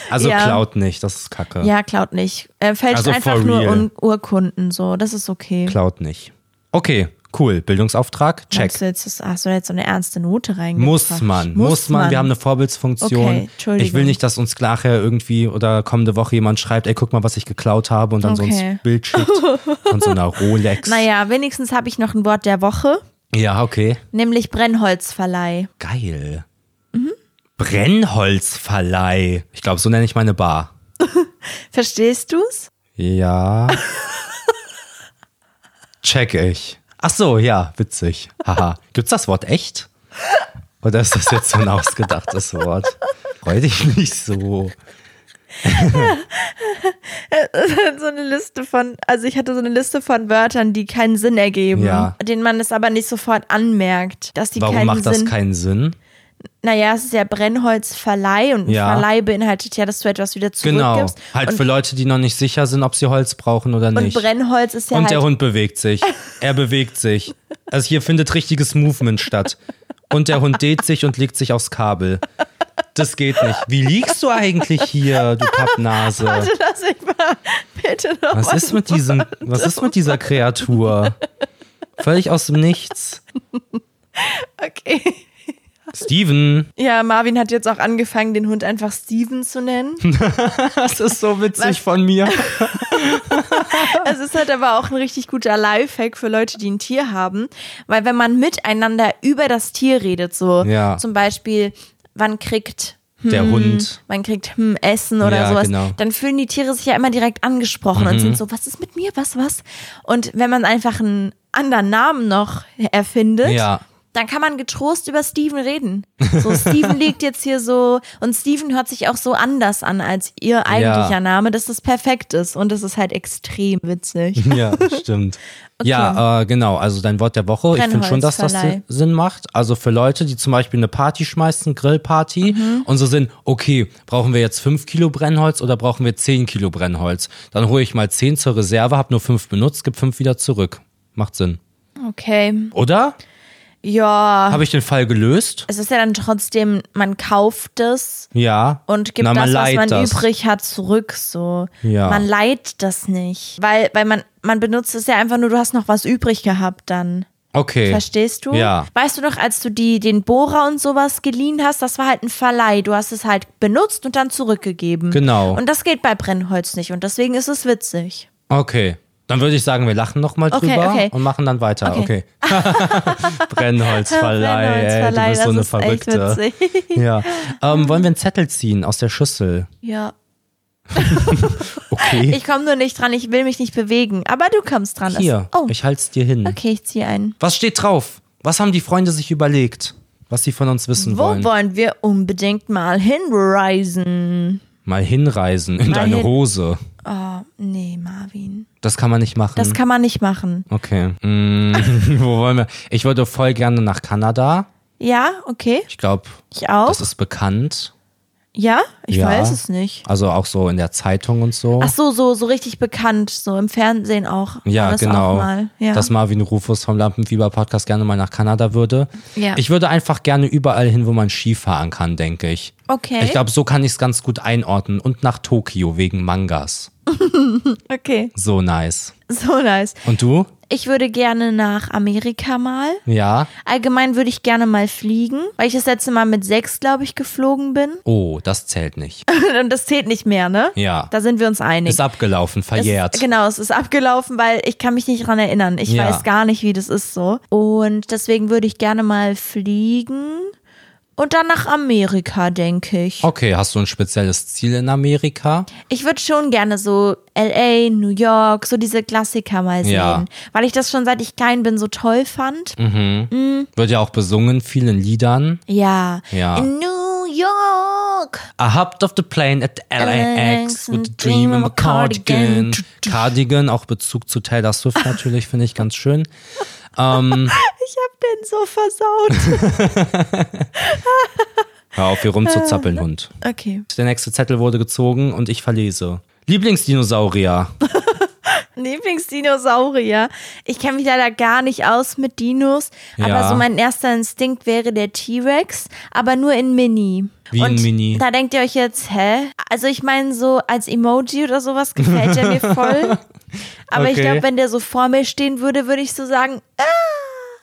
Also
Ja.
klaut nicht, das ist kacke.
Ja, klaut nicht. Äh, fälscht
Also for
einfach nur
real.
Un Urkunden, so, das ist okay.
Klaut nicht. Okay, cool. Bildungsauftrag, check.
Hast du jetzt, hast du da jetzt so eine ernste Note reingepackt?
Muss man, muss man. Wir haben eine Vorbildsfunktion.
Okay, Entschuldigung.
ich will nicht, dass uns nachher irgendwie oder kommende Woche jemand schreibt, ey, guck mal, was ich geklaut habe und dann so
Okay.
ein Bild schickt von so einer Rolex.
Naja, wenigstens habe ich noch ein Wort der Woche,
Ja, okay.
nämlich Brennholzverleih.
Geil.
Mhm.
Brennholzverleih. Ich glaube, so nenne ich meine Bar.
Verstehst du's?
Ja. Check ich. Ach so, ja, witzig. Haha. Gibt's das Wort echt? Oder ist das jetzt so ein ausgedachtes Wort? Freu dich nicht so.
So eine Liste von, also ich hatte so eine Liste von Wörtern, die keinen Sinn ergeben,
Ja.
denen man es aber nicht sofort anmerkt, dass die
Warum
keinen
macht das
Sinn.
keinen Sinn?
naja, es ist ja Brennholzverleih und ein
Ja.
Verleih beinhaltet ja, dass du etwas wieder
Genau.
zurückgibst.
Halt
und,
für Leute, die noch nicht sicher sind, ob sie Holz brauchen oder
und
nicht.
Brennholz ist ja
Und
halt
der Hund bewegt sich. Er bewegt sich. Also hier findet richtiges Movement statt. Und der Hund dehnt sich und legt sich aufs Kabel. Das geht nicht. Wie liegst du eigentlich hier, du Pappnase?
Warte, lass mich mal bitte noch
Was
mal-
ist mit diesem, was ist mit dieser Kreatur? Völlig aus dem Nichts.
Okay.
Steven.
Ja, Marvin hat jetzt auch angefangen, den Hund einfach Steven zu nennen.
Das ist so witzig
Was?
von mir.
Es ist halt aber auch ein richtig guter Lifehack für Leute, die ein Tier haben, weil wenn man miteinander über das Tier redet, so
Ja.
zum Beispiel, wann kriegt
der Hund.
man kriegt hm, Essen oder
Ja,
sowas,
genau. Mhm.
dann fühlen die Tiere sich ja immer direkt angesprochen und sind so, was ist mit mir, was, was? Und wenn man einfach einen anderen Namen noch erfindet,
Ja.
dann kann man getrost über Steven reden. So, Steven liegt jetzt hier so und Steven hört sich auch so anders an als ihr eigentlicher Name, dass es perfekt ist und das ist halt extrem witzig.
Ja, stimmt. Ja, äh, genau. Also dein Wort der Woche. Ich finde schon, dass das
Brennholzverleih.
Sinn macht. Also für Leute, die zum Beispiel eine Party schmeißen, Grillparty,
Mhm.
und so sind, okay, brauchen wir jetzt 5 Kilo Brennholz oder brauchen wir 10 Kilo Brennholz? Dann hole ich mal 10 zur Reserve, habe nur 5 benutzt, gebe 5 wieder zurück. Macht Sinn.
Okay.
Oder?
Ja.
Habe ich den Fall gelöst?
Es ist ja dann trotzdem, man kauft es
Ja.
und gibt
Na,
das, was
leiht
man
das.
übrig hat, zurück. So.
Ja.
Man leiht das nicht. Weil, weil man, man benutzt es ja einfach nur, du hast noch was übrig gehabt dann.
Okay.
Verstehst du?
Ja.
Weißt du noch, als du die, den Bohrer und sowas geliehen hast, das war halt ein Verleih. Du hast es halt benutzt und dann zurückgegeben.
Genau.
Und das geht bei Brennholz nicht und deswegen ist es witzig.
Okay. Dann würde ich sagen, wir lachen nochmal
Okay,
drüber
okay.
und machen dann weiter. Okay.
Okay.
Brennholzverleih, ey, du
Brennholzverleih,
bist so eine
das ist
Verrückte.
echt witzig.
Ja. Ähm, wollen wir einen Zettel ziehen aus der Schüssel?
ja.
Okay.
Ich komme nur nicht dran, ich will mich nicht bewegen. Aber du kommst dran. Das-
Hier,
Oh,
ich halt's dir hin.
okay, ich ziehe einen.
Was steht drauf? Was haben die Freunde sich überlegt? Was sie von uns wissen
Wo
wollen?
wollen wir unbedingt mal hinreisen?
Mal hinreisen in
Mal
deine
hin-
Hose.
Oh, nee, Marvin.
Das kann man nicht machen.
Das kann man nicht machen.
okay. Mm, wo wollen wir? Ich würde voll gerne nach Kanada.
Ja, okay.
Ich glaube,
Ich auch.
das ist bekannt.
Ja, ich
Ja.
weiß es nicht.
Also auch so in der Zeitung und so.
Ach so, so, so richtig bekannt, so im Fernsehen auch. war
Ja,
das
genau.
Auch mal. Ja.
Dass Marvin Rufus vom Lampenfieber-Podcast gerne mal nach Kanada würde.
Ja.
Ich würde einfach gerne überall hin, wo man Skifahren kann, denke ich.
Okay.
Ich glaube, so kann ich es ganz gut einordnen. Und nach Tokio wegen Mangas.
okay,
So nice.
so nice.
Und du?
Ich würde gerne nach Amerika mal.
Ja.
Allgemein würde ich gerne mal fliegen, weil ich das letzte Mal mit sechs, glaube ich, geflogen bin.
Oh, das zählt nicht.
Und das zählt nicht mehr, ne?
Ja.
Da sind wir uns einig.
Ist abgelaufen, verjährt.
Es, genau, es ist abgelaufen, weil ich kann mich nicht dran erinnern. Ich
Ja.
weiß gar nicht, wie das ist so. Und deswegen würde ich gerne mal fliegen und dann nach Amerika, denke ich.
Okay, hast du ein spezielles Ziel in Amerika?
Ich würde schon gerne so LA, New York, so diese Klassiker mal sehen,
Ja. Mhm.
weil ich das schon seit ich klein bin so toll fand.
Wird ja auch besungen, vielen Liedern.
Ja.
Ja.
In New York.
I hopped off the plane at LAX with a dream of a cardigan. Cardigan, auch Bezug zu Taylor Swift natürlich, finde ich ganz schön.
Ich hab den so versaut.
Hör auf, hier rumzuzappeln, Hund.
Okay.
Der nächste Zettel wurde gezogen und ich verlese. Lieblingsdinosaurier.
Lieblingsdinosaurier. Ich kenne mich leider gar nicht aus mit Dinos, aber
Ja.
so mein erster Instinkt wäre der T-Rex, aber nur in Mini.
Wie in
Und
Mini?
Da denkt ihr euch jetzt, hä? Also ich meine so als Emoji oder sowas gefällt der mir voll. Aber ich
Okay.
glaube, wenn der so vor mir stehen würde, würde ich so sagen, ah,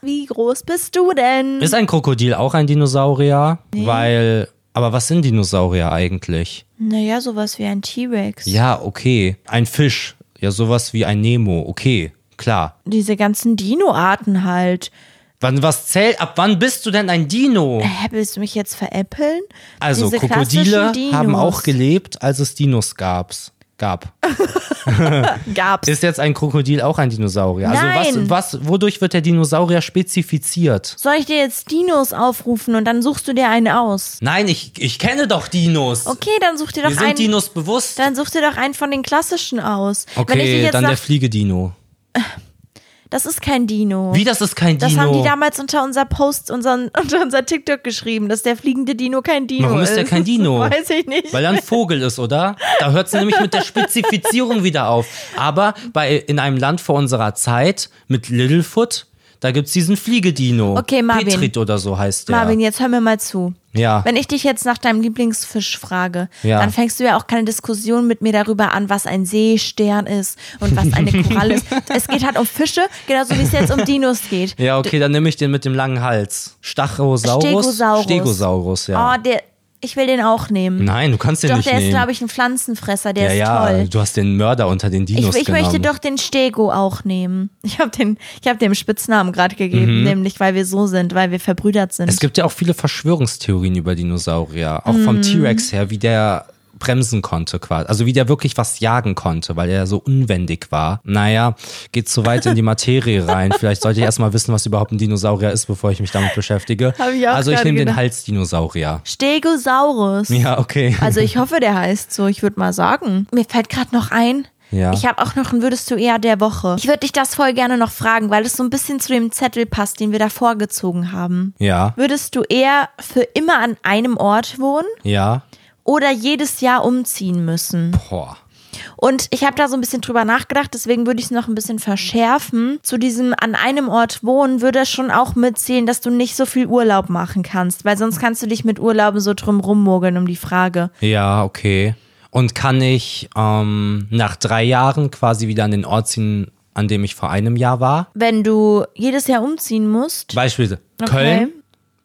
wie groß bist du denn?
Ist ein Krokodil auch ein Dinosaurier? Weil. Aber was sind Dinosaurier eigentlich?
naja, sowas wie ein T-Rex.
Ja, okay. Ein Fisch. Ja, sowas wie ein Nemo. Okay, klar.
Diese ganzen Dino-Arten halt.
Wann was zählt? Ab wann bist du denn ein Dino?
Hä, willst du mich jetzt veräppeln?
Also,
Diese
Krokodile
klassischen
haben auch
Dinos.
gelebt, als es Dinos gab's. gab.
Gab's.
Ist jetzt ein Krokodil auch ein Dinosaurier? Also,
Nein.
was, was, wodurch wird der Dinosaurier spezifiziert?
Soll ich dir jetzt Dinos aufrufen und dann suchst du dir einen aus?
Nein, ich, ich kenne doch Dinos.
Okay, dann such dir
Wir
doch einen.
sind Dinos bewusst.
Dann such dir doch einen von den klassischen aus. Wenn ich dich
Okay,
jetzt
dann der
sag,
Fliegedino.
das ist kein Dino.
Wie, das ist kein
das
Dino?
haben die damals unter unser Post, unseren, unter unser TikTok geschrieben, dass der fliegende Dino kein Dino
Warum
ist.
ist der kein Dino?
Weiß ich nicht.
Weil er ein Vogel ist, oder? Da hört es nämlich mit der Spezifizierung wieder auf. Aber bei, in einem Land vor unserer Zeit mit Littlefoot, da gibt es diesen Fliegedino.
Okay, Marvin.
Petrit oder so heißt der.
Marvin, jetzt hör mir mal zu.
Ja.
Wenn ich dich jetzt nach deinem Lieblingsfisch frage,
Ja.
dann fängst du ja auch keine Diskussion mit mir darüber an, was ein Seestern ist und was eine Koralle ist. Es geht halt um Fische, genauso wie es jetzt um Dinos geht.
Ja, okay, dann nehme ich den mit dem langen Hals. Stachosaurus.
Stegosaurus.
Stegosaurus, ja.
Oh, der, Ich will den auch nehmen.
Nein, du kannst den
Doch,
nicht
der ist,
nehmen.
glaube ich, ein Pflanzenfresser, der
ja,
ist
ja,
toll.
du hast genau. den Mörder unter den
Ich,
Dinos
ich
genommen.
möchte doch den Stego auch nehmen. Ich habe den, ich hab dem Spitznamen gerade gegeben, nämlich weil wir so sind, weil wir verbrüdert sind.
Mhm. Es gibt ja auch viele Verschwörungstheorien über Dinosaurier. Auch
Mhm.
vom T-Rex her, wie der bremsen konnte quasi. Also wie der wirklich was jagen konnte, weil er so unwendig war. Naja, geht zu weit in die Materie rein. Vielleicht sollte ich erstmal wissen, was überhaupt ein Dinosaurier ist, bevor ich mich damit beschäftige.
Hab ich auch
also ich
gerade
nehme den
gedacht.
Halsdinosaurier.
Stegosaurus.
Ja, okay.
Also ich hoffe, der heißt so. Ich würde mal sagen. Mir fällt gerade noch ein.
Ja.
Ich habe auch noch ein Würdest du eher der Woche. Ich würde dich das voll gerne noch fragen, weil es so ein bisschen zu dem Zettel passt, den wir da vorgezogen haben.
ja,
Würdest du eher für immer an einem Ort wohnen
ja.
oder jedes Jahr umziehen müssen?
Boah.
Und ich habe da so ein bisschen drüber nachgedacht, deswegen würde ich es noch ein bisschen verschärfen. Zu diesem an einem Ort wohnen würde das schon auch mitzählen, dass du nicht so viel Urlaub machen kannst, weil sonst kannst du dich mit Urlauben so drum rummogeln um die Frage.
Ja, okay. Und kann ich ähm, nach drei Jahren quasi wieder an den Ort ziehen, an dem ich vor einem Jahr war?
Wenn du jedes Jahr umziehen musst,
Beispielsweise
Okay.
Köln,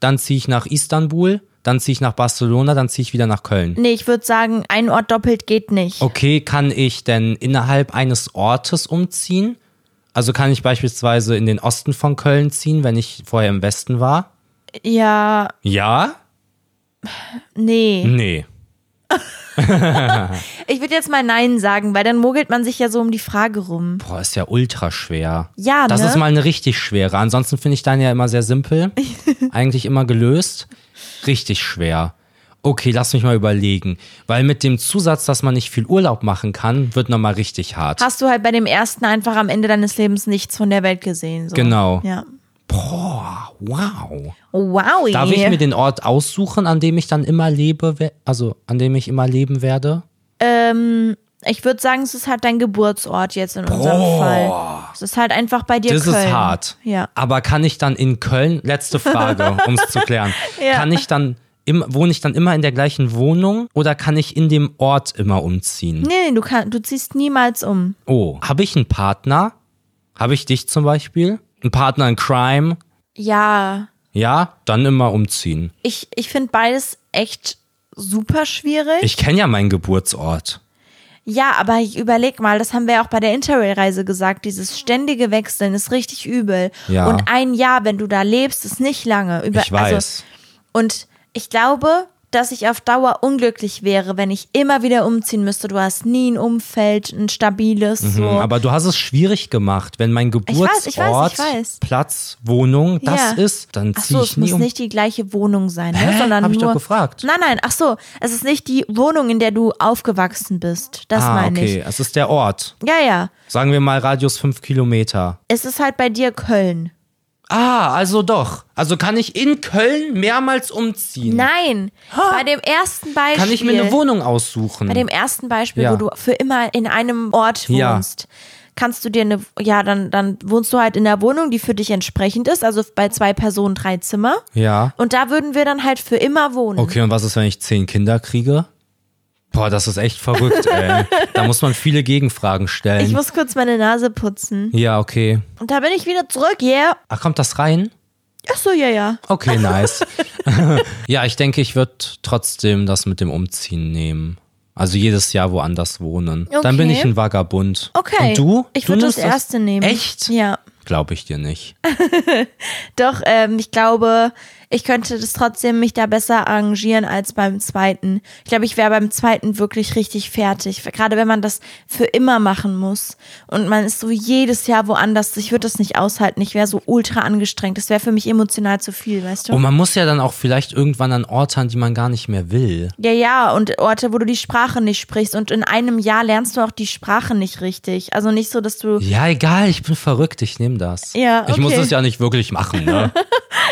dann ziehe ich nach Istanbul, dann ziehe ich nach Barcelona, dann ziehe ich wieder nach Köln.
nee, ich würde sagen, ein Ort doppelt geht nicht.
Okay, kann ich denn innerhalb eines Ortes umziehen? Also kann ich beispielsweise in den Osten von Köln ziehen, wenn ich vorher im Westen war?
Ja,
Ja?
nee.
Nee.
Ich würde jetzt mal Nein sagen, weil dann mogelt man sich ja so um die Frage rum.
Boah, ist ja ultra schwer.
Ja,
Das
ne?
ist mal eine richtig schwere. Ansonsten finde ich deine ja immer sehr simpel. eigentlich immer gelöst. Richtig schwer. Okay, lass mich mal überlegen. Weil mit dem Zusatz, dass man nicht viel Urlaub machen kann, wird nochmal richtig hart.
Hast du halt bei dem ersten einfach am Ende deines Lebens nichts von der Welt gesehen. So.
Genau.
Ja.
Boah, wow.
Wow.
Darf ich mir den Ort aussuchen, an dem ich dann immer lebe, we- also an dem ich immer leben werde?
Ich würde sagen, es ist halt dein Geburtsort jetzt in unserem Fall. Es ist halt einfach bei dir
Das
Köln.
ist hart.
Ja.
Aber kann ich dann in Köln, letzte Frage, um es zu klären,
Ja.
kann ich dann, im, wohne ich dann immer in der gleichen Wohnung oder kann ich in dem Ort immer umziehen?
Nee, nee, du, kann, du ziehst niemals um.
Oh, habe ich einen Partner? Habe ich dich zum Beispiel? Ein Partner in Crime?
Ja,
Ja, dann immer umziehen.
ich, ich finde beides echt super schwierig.
Ich kenne ja meinen Geburtsort.
ja, aber ich überleg mal, das haben wir ja auch bei der Interrail-Reise gesagt, dieses ständige Wechseln ist richtig übel.
Ja.
Und ein Jahr, wenn du da lebst, ist nicht lange. Über,
Ich weiß.
Also, Und ich glaube, dass ich auf Dauer unglücklich wäre, wenn ich immer wieder umziehen müsste. Du hast nie ein Umfeld, ein stabiles. so.
Hm, Aber du hast es schwierig gemacht, wenn mein Geburtsort,
weiß, ich weiß, ich weiß.
Platz, Wohnung das
Ja.
ist, dann
Ach
ziehe
so,
ich
es
nie
muss
um.
nicht die gleiche Wohnung sein, ne?
Hä?
sondern
Hab ich
nur.
doch gefragt.
Nein, nein. Ach so, es ist nicht die Wohnung, in der du aufgewachsen bist. Das
ah,
meine
okay, es ist der Ort.
ich. Ja, ja.
Sagen wir mal Radius 5 Kilometer.
Es ist halt bei dir Köln.
Ah, also doch. Also kann ich in Köln mehrmals umziehen?
Nein. Bei dem ersten Beispiel.
Kann ich mir eine Wohnung aussuchen?
Bei dem ersten Beispiel,
Ja.
wo du für immer in einem Ort
Ja.
wohnst, kannst du dir eine, ja, dann, dann wohnst du halt in der Wohnung, die für dich entsprechend ist, also bei zwei Personen drei Zimmer.
ja.
Und da würden wir dann halt für immer wohnen.
Okay, und was ist, wenn ich zehn Kinder kriege? Boah, das ist echt verrückt, ey. Da muss man viele Gegenfragen stellen.
Ich muss kurz meine Nase putzen.
ja, okay.
Und da bin ich wieder zurück, yeah.
Ach, kommt das rein?
Ach so, ja, ja.
Okay, nice. ja, ich denke, ich würde trotzdem das mit dem Umziehen nehmen. Also jedes Jahr woanders wohnen. Dann bin
Okay.
ich ein Vagabund.
Okay.
Und du?
Ich
Du
würde das
nimmst
erste nehmen.
Echt?
Ja.
Glaube ich dir nicht.
Doch, ähm, ich glaube, ich könnte das trotzdem mich da besser arrangieren als beim zweiten. Ich glaube, ich wäre beim zweiten wirklich richtig fertig. Gerade wenn man das für immer machen muss. Und man ist so jedes Jahr woanders. Ich würde das nicht aushalten. Ich wäre so ultra angestrengt. Das wäre für mich emotional zu viel, weißt du?
Und man muss ja dann auch vielleicht irgendwann an Orten, die man gar nicht mehr will.
ja, ja, und Orte, wo du die Sprache nicht sprichst. Und in einem Jahr lernst du auch die Sprache nicht richtig. Also nicht so, dass du.
Ja, egal, ich bin verrückt, ich nehme das.
Ja,
Ich muss
okay.
es ja nicht wirklich machen, ne?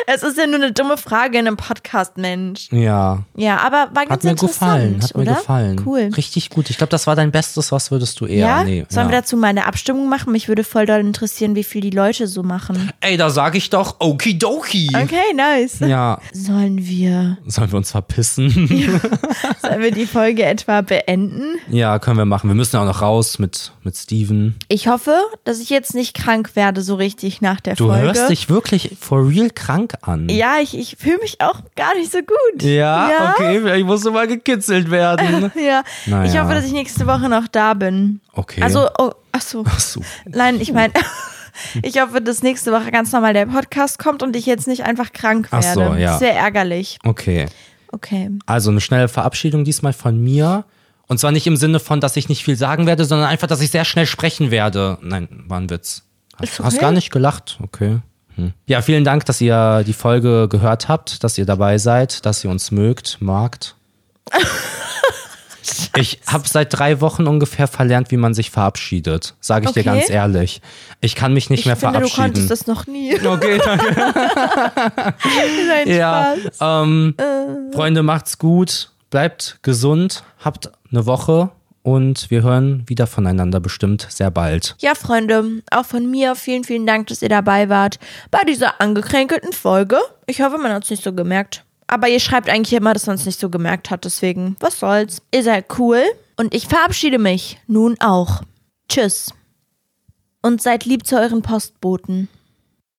Es ist ja nur eine dumme Frage in einem Podcast, Mensch.
ja.
Ja, aber war ganz
Hat mir
interessant,
gefallen, hat mir
oder?
gefallen.
Cool.
Richtig gut. Ich glaube, das war dein Bestes, was würdest du eher?
Ja?
Nee,
Sollen
ja.
wir dazu mal eine Abstimmung machen? Mich würde voll doll interessieren, wie viel die Leute so machen.
Ey, da sage ich doch okidoki.
Okay, nice.
Ja,
Sollen wir,
sollen wir uns verpissen?
sollen wir die Folge etwa beenden?
ja, können wir machen. Wir müssen ja auch noch raus mit, mit Steven.
Ich hoffe, dass ich jetzt nicht krank werde so richtig nach der
Du
Folge.
hörst dich wirklich for real krank nackt an.
Ja, ich, ich fühle mich auch gar nicht so gut.
Ja, okay, vielleicht musst du mal gekitzelt werden.
Ja.
Naja.
Ich hoffe, dass ich nächste Woche noch da bin.
Okay.
Also, oh, ach so.
Ach so.
Nein, ich meine, ich hoffe, dass nächste Woche ganz normal der Podcast kommt und ich jetzt nicht einfach krank
Ach
werde.
so, ja.
Das wäre ärgerlich.
Okay.
Okay.
Also eine schnelle Verabschiedung diesmal von mir. Und zwar nicht im Sinne von, dass ich nicht viel sagen werde, sondern einfach, dass ich sehr schnell sprechen werde. Nein, war ein Witz. Hast,
Ist okay.
hast gar nicht gelacht. Okay. Hm. Ja, vielen Dank, dass ihr die Folge gehört habt, dass ihr dabei seid, dass ihr uns mögt, magt. Ich habe seit drei Wochen ungefähr verlernt, wie man sich verabschiedet. Sage ich dir
Okay.
ganz ehrlich. Ich kann mich nicht
Ich
mehr
finde, du
verabschieden.
konntest das noch nie.
okay, danke.
Nein,
Ja.
Spaß. Äh.
Ähm, Freunde, macht's gut, bleibt gesund, habt eine Woche und wir hören wieder voneinander bestimmt sehr bald.
Ja, Freunde, auch von mir vielen, vielen Dank, dass ihr dabei wart bei dieser angekränkelten Folge. Ich hoffe, man hat es nicht so gemerkt. Aber ihr schreibt eigentlich immer, dass man es nicht so gemerkt hat. Deswegen, was soll's. Ihr seid cool. Und ich verabschiede mich nun auch. Tschüss. Und seid lieb zu euren Postboten.